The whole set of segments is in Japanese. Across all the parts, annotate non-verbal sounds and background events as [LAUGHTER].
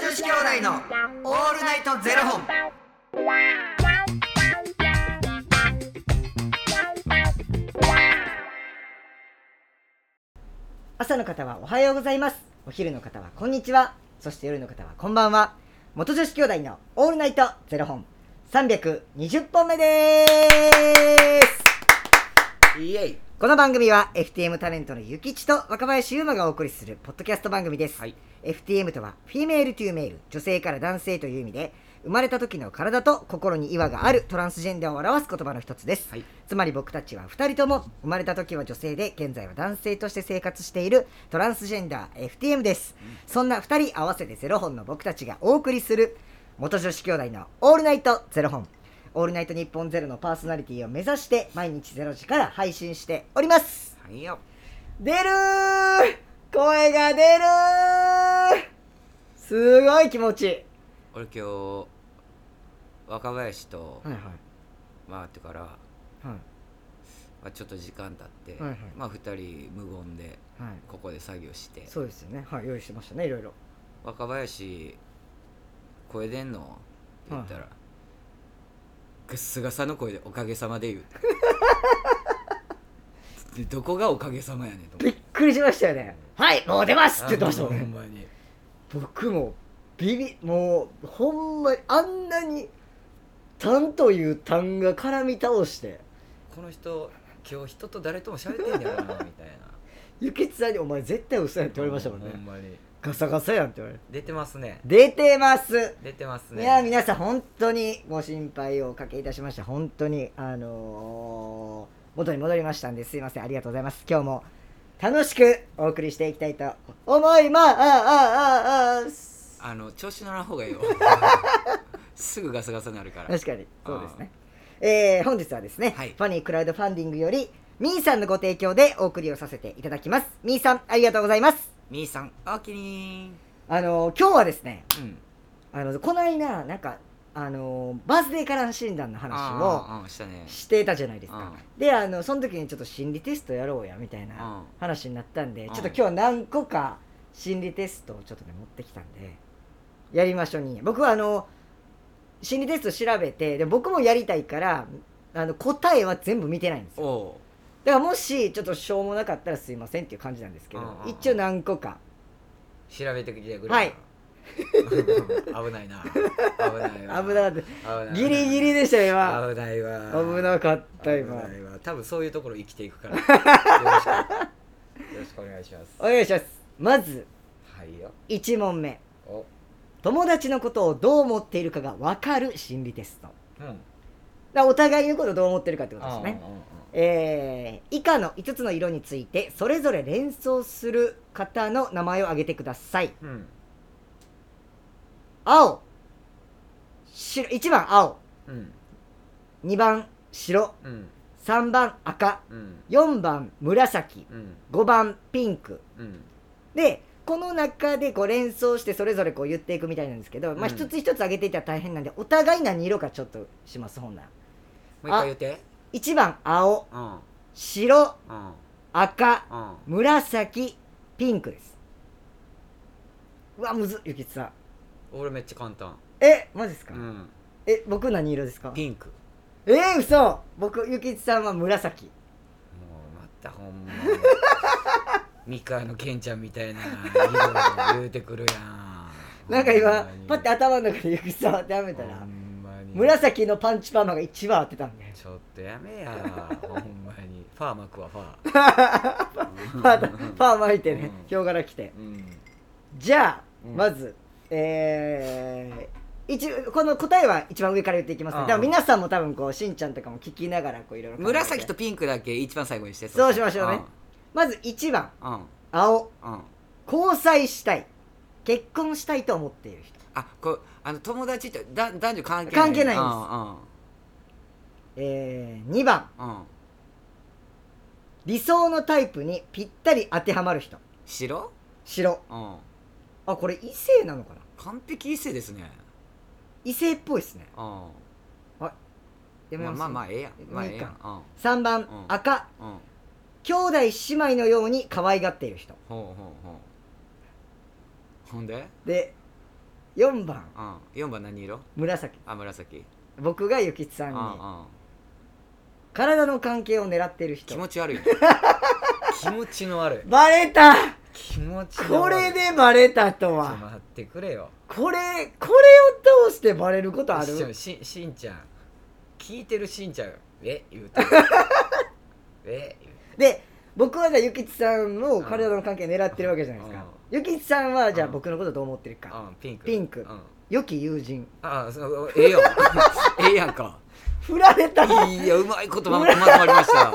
子兄弟のオールナイトゼロ本。朝の方はおはようございますお昼の方はこんにちはそして夜の方はこんばんは元女子兄弟のオールナイトゼロ本320本目ですイエイ。この番組は FTM タレントのゆきちと若林優馬がお送りするポッドキャスト番組です、はい。 FTM とはフィメール・トゥ・メール女性から男性という意味で生まれた時の体と心に違和があるトランスジェンダーを表す言葉の一つです、はい。つまり僕たちは2人とも生まれた時は女性で現在は男性として生活しているトランスジェンダー FTM です、そんな2人合わせてゼロ本の僕たちがお送りする元女子兄弟の「オールナイトゼロ本」「オールナイト日本ゼロのパーソナリティを目指して毎日ゼロ時から配信しておりますはいよ。出るー声が出るーすごい気持ちいい、俺今日若林と、はいはいまあってから、まはいあ、ちょっと時間経って、はいはいまあ二人無言ではい、ここで作業して。そうですよねはい用意してましたねいろいろ若林声出んのって言ったら、ぐっすがさの声で「おかげさま [LAUGHS] で」言うでどこがおかげさまやねんとびっくりしましたよねはいもう出ますって言ってましたもほんんねまに僕もビビもうほんまにあんなに「たん」という単が絡み倒してこの人今日人と誰とも喋ってんやろなみたいなゆきつさんに「お前絶対嘘やん」って [LAUGHS] 言われましたもんねほんまにガサガサやんって言われて出てますね出てます出てますいねや皆さん本当にご心配をおかけいたしました本当にあのー元に戻りましたんですいませんありがとうございます今日も楽しくお送りしていきたいと思いますあああああの調子乗らん方がいい [LAUGHS] よすぐガサガサになるから確かにそうですね、えー本日はですね、はいファニークラウドファンディングよりみーさんのご提供でお送りをさせていただきますみーさんありがとうございますみーさんおおきにあのー今日はですねーうんあのこの間なんかあのーバースデーカラー診断の話をあーあーしたねしてたじゃないですかあであのその時にちょっと心理テストやろうやみたいなあ話になったんでうんちょっと今日何個か心理テストをちょっとね持ってきたんでやりましょうに僕はあの心理テスト調べてで僕もやりたいからあの答えは全部見てないんですおよおうだからもしちょっとしょうもなかったらすいませんっていう感じなんですけどうんうんうん一応何個か調べてきてくれはい危ないな危ない [LAUGHS] わ危なかった危ないギリギリでしたよ今危ないわ危なかった危今ないわ多分そういうところ生きて [LAUGHS] いくからよろしくよろしくお願いしますお願いしますまずはいよ1問目お友達のことをどう思っているかが分かる心理テストだかうんらお互いのことをどう思ってるかってことですうんねうんうんえー以下の5つの色についてそれぞれ連想する方の名前を挙げてくださいうん青白1番青うん2番白うん3番赤うん4番紫うん5番ピンクうんでこの中でこう連想してそれぞれこう言っていくみたいなんですけど、まあ、うん一つ一つ挙げていったら大変なんでお互い何色かちょっとしますほんならもう一回言って1番青うんうん白うん赤うん紫ピンクですうわむずっゆきつさん俺めっちゃ簡単えマジですか、うんえ僕何色ですかピンクもえー、嘘僕ゆきつさんは紫うまたほんま [LAUGHS] にミカのケンちゃんみたいな色を言うてくるやんなんか今ほんまにパッて頭の中でゆきつさん当てはめたほらんまに紫のパンチパーマが一番当てたんでちょっとやめやほんまにファー巻くわファ [LAUGHS] ーパーパー巻いてねうんヒョウ柄着てうんじゃあ、うんまず、えー、一この答えは一番上から言っていきますね。うんでも皆さんも多分こうしんちゃんとかも聞きながらこういろいろ考えて。紫とピンクだけ一番最後にしてそうしましょうね。まず1番うんうん青うん交際したい結婚したいと思っている人、あこうあの友達ってだ男女関係関係ないんでえー、2番すうんうんうん理想のタイプにぴったり当てはまる人白白うんあこれ異性なのかな完璧異性ですね異性っぽいですねうんやめまあます、まあまあええやんまあええいやいん3番、ん赤うんうん兄弟姉妹のように可愛がっている人ほうほうほうほんでで4番うん、4番何色紫あ紫僕がゆきつさうんんにうん体の関係を狙ってる気人持ち [LAUGHS] 悪いね気持ちの悪いバレた気持ちのこ悪いれでバレたとちょっとは待ってくれよこれこれを通してバレることあしるししんちゃん聞いてるしんちゃんえ言 [LAUGHS] うてえ言うで僕はじゃあゆきつさんの体の関係狙ってるわけじゃないですかゆきつさんはじゃあうん僕のことどう思ってるかうんピンクピンクうん、良き友人ああそう [LAUGHS] ええよええやんか振られたいやうまいことままとまりました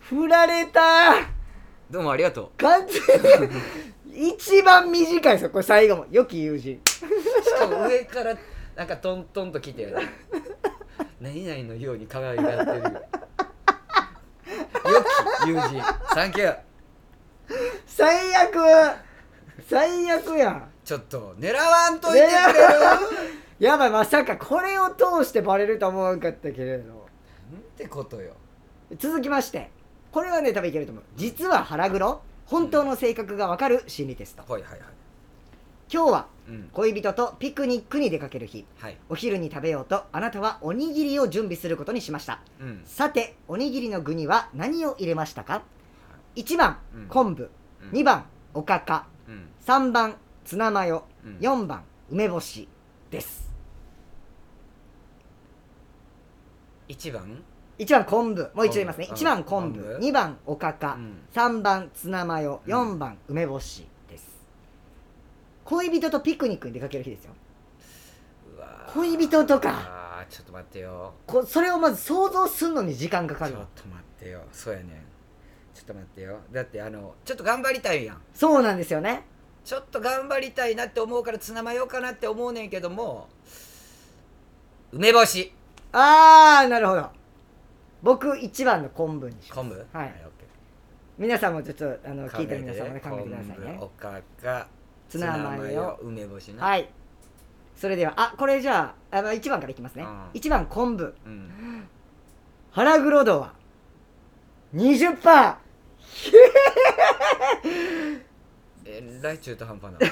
振られたどうもありがと完全に一番短いですよこれ最後も良き友人うしかも上からなんかトントンと来て何々のように輝いてるよき友人サンキュー最悪最悪やんちょっと狙わんといてくれよやばいまさかこれを通してバレるとは思わんかったけれどなんてことよ続きましてこれはね多分いけると思う実は腹黒本当の性格がわかる心理テストはいはいはい今日はうん恋人とピクニックに出かける日はいお昼に食べようとあなたはおにぎりを準備することにしましたうんさておにぎりの具には何を入れましたか1番うん昆布うん2番おかかうん3番ツナマヨうん4番梅干しです一番1番昆布もう一度言いますね昆布1番昆布昆布2番おかうかん3番ツナマヨうん4番梅干しです恋人とピクニックに出かける日ですようわー恋人とかあーちょっと待ってよこそれをまず想像するのに時間かかちるょっわと待ってよそうやねんちょっと待ってよだってあのちょっと頑張りたいやんそうなんですよねちょっと頑張りたいなって思うからツナマヨかなって思うねんけども梅干しああなるほど僕1番の昆布にします昆布はいオッケ皆さんもちょっとあのー聞いてる皆さんもね考考ええててくねださいね昆布おかかツナマヨ梅干しな、はいそれではあこれじゃああの1番からいきますね、うん1番昆布うん、腹黒度は20%パえらい中途半 [LAUGHS] 端なー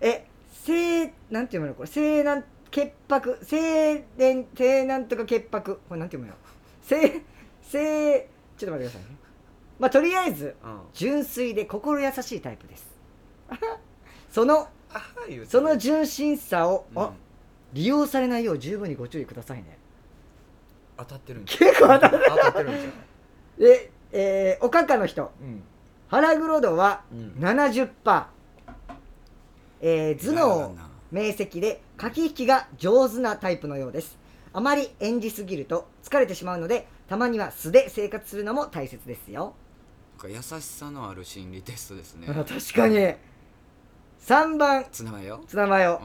え性なんて読むのこれ性なん潔白性電性なんとか潔白これなんて読むの性性ちょっと待ってくださいねまあとりあえずうん純粋で心優しいタイプです [LAUGHS] そのあは言うてその純真さを、うんあ利用されないよう十分にご注意くださいね当たってるんじ結構ゃん当たる当たってるんじゃんで、えーおかかの人うん腹黒度はうん70%、えー頭脳明晰で駆け引きが上手なタイプのようですあまり演じすぎると疲れてしまうのでたまには素で生活するのも大切ですよ、なんか優しさのある心理テストですねあ確かに3番ツナマヨツナマヨ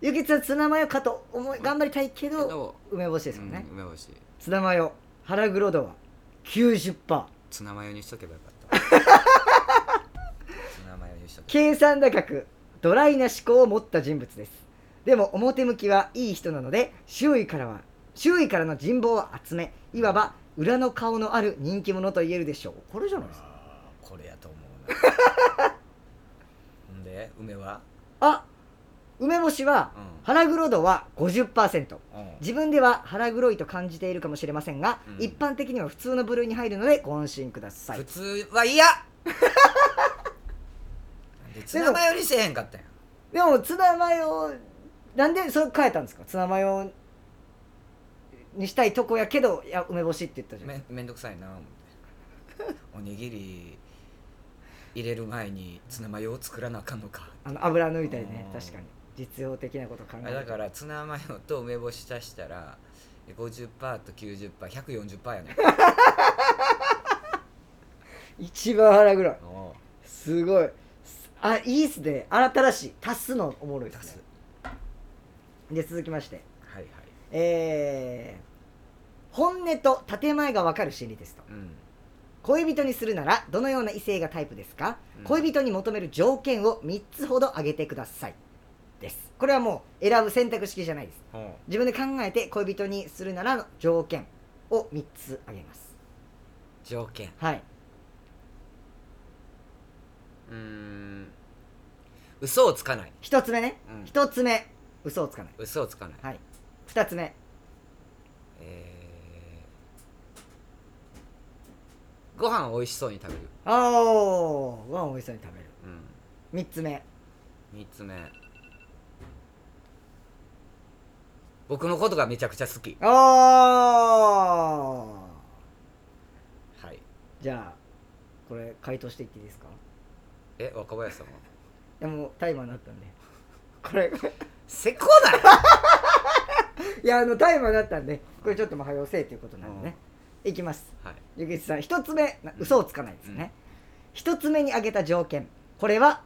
うんゆきつはツナマヨかと思い頑張りたいけけどど梅干しですよね、うん梅干しツナマヨ腹黒度は90%ツナマヨにしとけばよ [LAUGHS] かったツナマヨにしとけ計算高くドライな思考を持った人物ですでも表向きはいい人なので周囲からは周囲からの人望を集めいわば裏の顔のある人気者と言えるでしょうこれじゃないですかあーこれやと思うな [LAUGHS] ほんで梅はあ梅干しはうん腹黒度は50%うん自分では腹黒いと感じているかもしれませんが、うん一般的には普通の部類に入るのでご安心くださ普い通は嫌なんでツナマヨにせえへんかったんやでもツナマヨなんでそれ変えたんですかツナマヨにしたいとこやけどいや梅干しって言ったじゃんめめんどくさいな思って [LAUGHS] おにぎり入れる前にツナマヨを作らなあかんのかあの油抜いたりねうん確かに実用的なこと考えあるだからツナマヨと梅干し足したら50%と 90%140% やねん一番腹黒いおうすごいすあいいっすね新しい足すのおもろいで足すすねで続きましてはいはいえー、本音と建前が分かる心理テストうん恋人にするならどのような異性がタイプですか、うん恋人に求める条件を3つほど挙げてくださいですこれはもう選ぶ選択式じゃないですおう自分で考えて恋人にするならの条件を3つ挙げます条件はいうーん嘘をつかない一つ目ねうん一つ目嘘をつかない嘘をつかない、はい二つ目えー、ご飯を美味しそうに食べる、あおご飯を美味しそうに食べるうん、三つ目3つ目僕のことがめちゃくちゃ好きおーはいじゃあこれ回答していっていいですかえ若林さんはでもタイマーになったん [LAUGHS] でこれせこないいやあのタイマーになったんでこれちょっともう早押せということなんでねいきますはいゆきちさん一つ目な嘘をつかないですよね一つ目に挙げた条件これは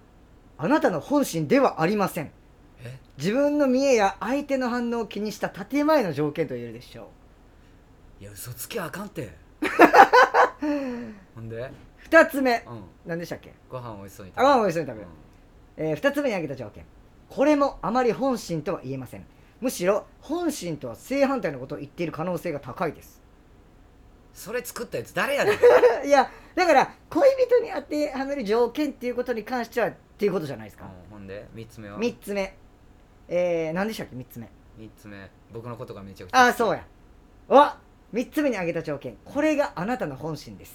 あなたの本心ではありませんえ自分の見えや相手の反応を気にした建前の条件と言えるでしょいや嘘つきゃあかんて [LAUGHS] ほんでう二つ目うん何でしたっけご飯美味しそうに食べあるご飯を一緒に食べるうんえー、2つ目に挙げた条件これもあまり本心とは言えませんむしろ本心とは正反対のことを言っている可能性が高いですそれ作ったやつ誰や [LAUGHS] ねんいやだから恋人に当てはめる条件っていうことに関してはっていうことじゃないですか、うんほんで3つ目は三3つ目えー、何でしたっけ3つ目三つ目僕のことがめちゃくちゃああそうやわ3つ目に挙げた条件これがあなたの本心です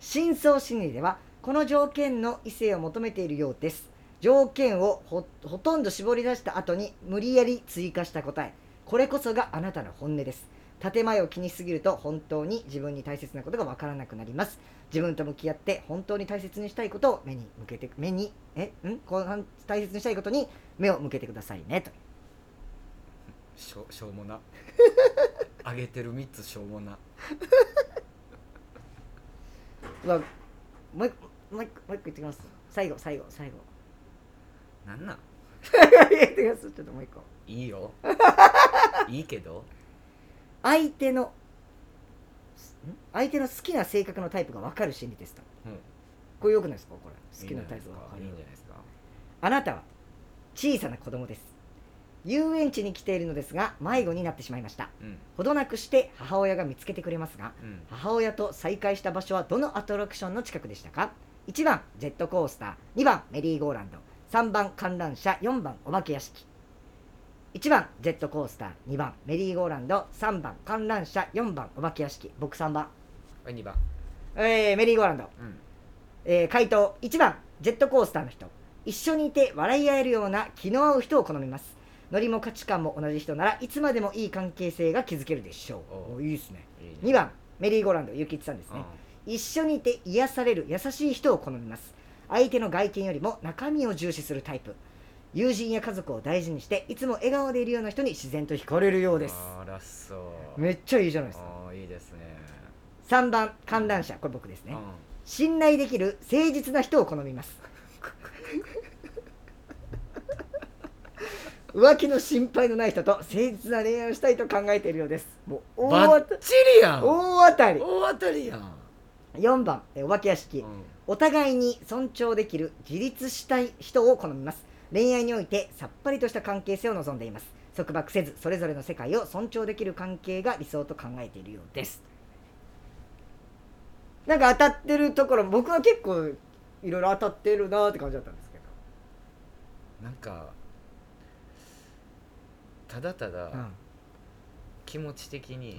深層心理ではこの条件の異性を求めているようです条件をほほとんど絞り出した後に無理やり追加した答えこれこそがあなたの本音です建前を気にしすぎると本当に自分に大切なことがわからなくなります自分と向き合って本当に大切にしたいことを目に向けて目にえんこの大切にしたいことに目を向けてくださいねとしょしょうも [LAUGHS] なあげてる3つしょうもなうわもう一個もう一個もう一個言ってきます最後最後最後なんなん [LAUGHS] 言ってきますちょっともう一個い [LAUGHS] いよいいけど相手のん相手の好きな性格のタイプが分かる心理テストうんこれよくないですかこれ好きなタイプが分かいるいんじゃないですかあなたは小さな子供です遊園地に来ているのですが迷子になってしまいましたうんほどなくして母親が見つけてくれますがうん母親と再会した場所はどのアトラクションの近くでしたか1番ジェットコースター2番メリーゴーランド3番観覧車4番お化け屋敷1番ジェットコースター2番メリーゴーランド3番観覧車4番お化け屋敷僕3番、はい2番えーメリーゴーランド、うんえー回答1番ジェットコースターの人一緒にいて笑い合えるような気の合う人を好みますノリも価値観も同じ人ならいつまでもいい関係性が築けるでしょおううおいいですねいいね2番メリーゴーランドゆきちさんですね、一緒にいて癒される優しい人を好みます相手の外見よりも中身を重視するタイプ友人や家族を大事にしていつも笑顔でいるような人に自然と惹かれるよそうですあらそうめっちゃいいじゃないですかあーいいですね3番観覧車これ僕ですうねん信頼できる誠実な人を好みます浮気の心配のない人と誠実な恋愛をしたいと考えているようですもうバ大当ッたチリやん大大当たり当たりやん4番えお化け屋敷、うんお互いに尊重できる自立したい人を好みます恋愛においてさっぱりとした関係性を望んでいます束縛せずそれぞれの世界を尊重できる関係が理想と考えているようですなんか当たってるところ僕は結構いろいろ当たってるなーって感じだったんですけどなんかただただ気持ち的に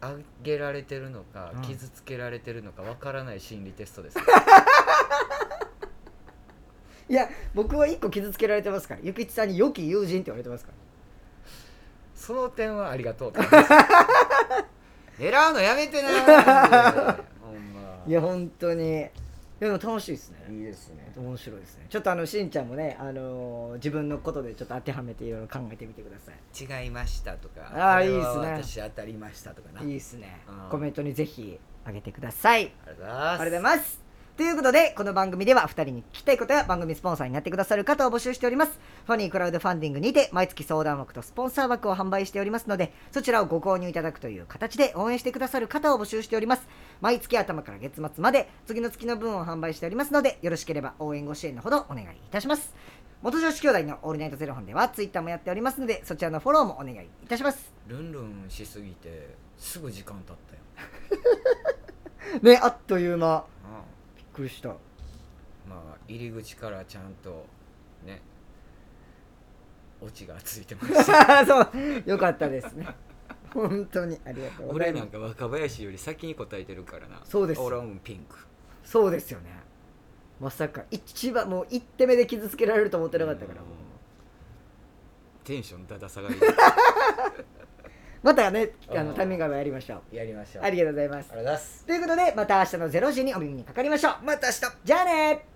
あげられてるのかうん傷つけられてるのかわからない心理テス [LAUGHS] トですいや僕は一個傷つけられてますからゆきちさんに良き友人って言われてますからその点はありがとうって感じ [LAUGHS] です狙うのやめてなーほんまいや本当にいやでも楽しいですねいいですね面白いですねちょっとあのしんちゃんもね、あのー自分のことでちょっと当てはめていろいろ考えてみてくださ違いましたとかあーこれはいいっす私当たりましたとかないいいですねうんコメントにぜひあげてくださいありがとうございあますりがとうございますということでこの番組では2人に聞きたいことや番組スポンサーになってくださる方を募集しておりますファニークラウドファンディングにて毎月相談枠とスポンサー枠を販売しておりますのでそちらをご購入いただくという形で応援してくださる方を募集しております毎月頭から月末まで次の月の分を販売しておりますのでよろしければ応援ご支援のほどお願いいたします元女子兄弟のオールナイトゼロ本ではツイッターもやっておりますのでそちらのフォローもお願いいたしますルンルンしすぎてすぐ時間経ったよねあっという間あびっくりしたまあ入り口からちゃんとねオチがついてま [LAUGHS] したそうよかったですね本当にありがとうござ俺いなますんか若林より先に答えてるからなそうです俺はもうピンクそうですよねまさか一番もう一手目で傷つけられると思ってなかったからうんテンションだだ下がりまたねあうのんタイミングがやりましょう [LAUGHS] やりましょうありがとうございますありがとうございますということでまた明日の0時にお耳にかかりましょうまた明日じゃあね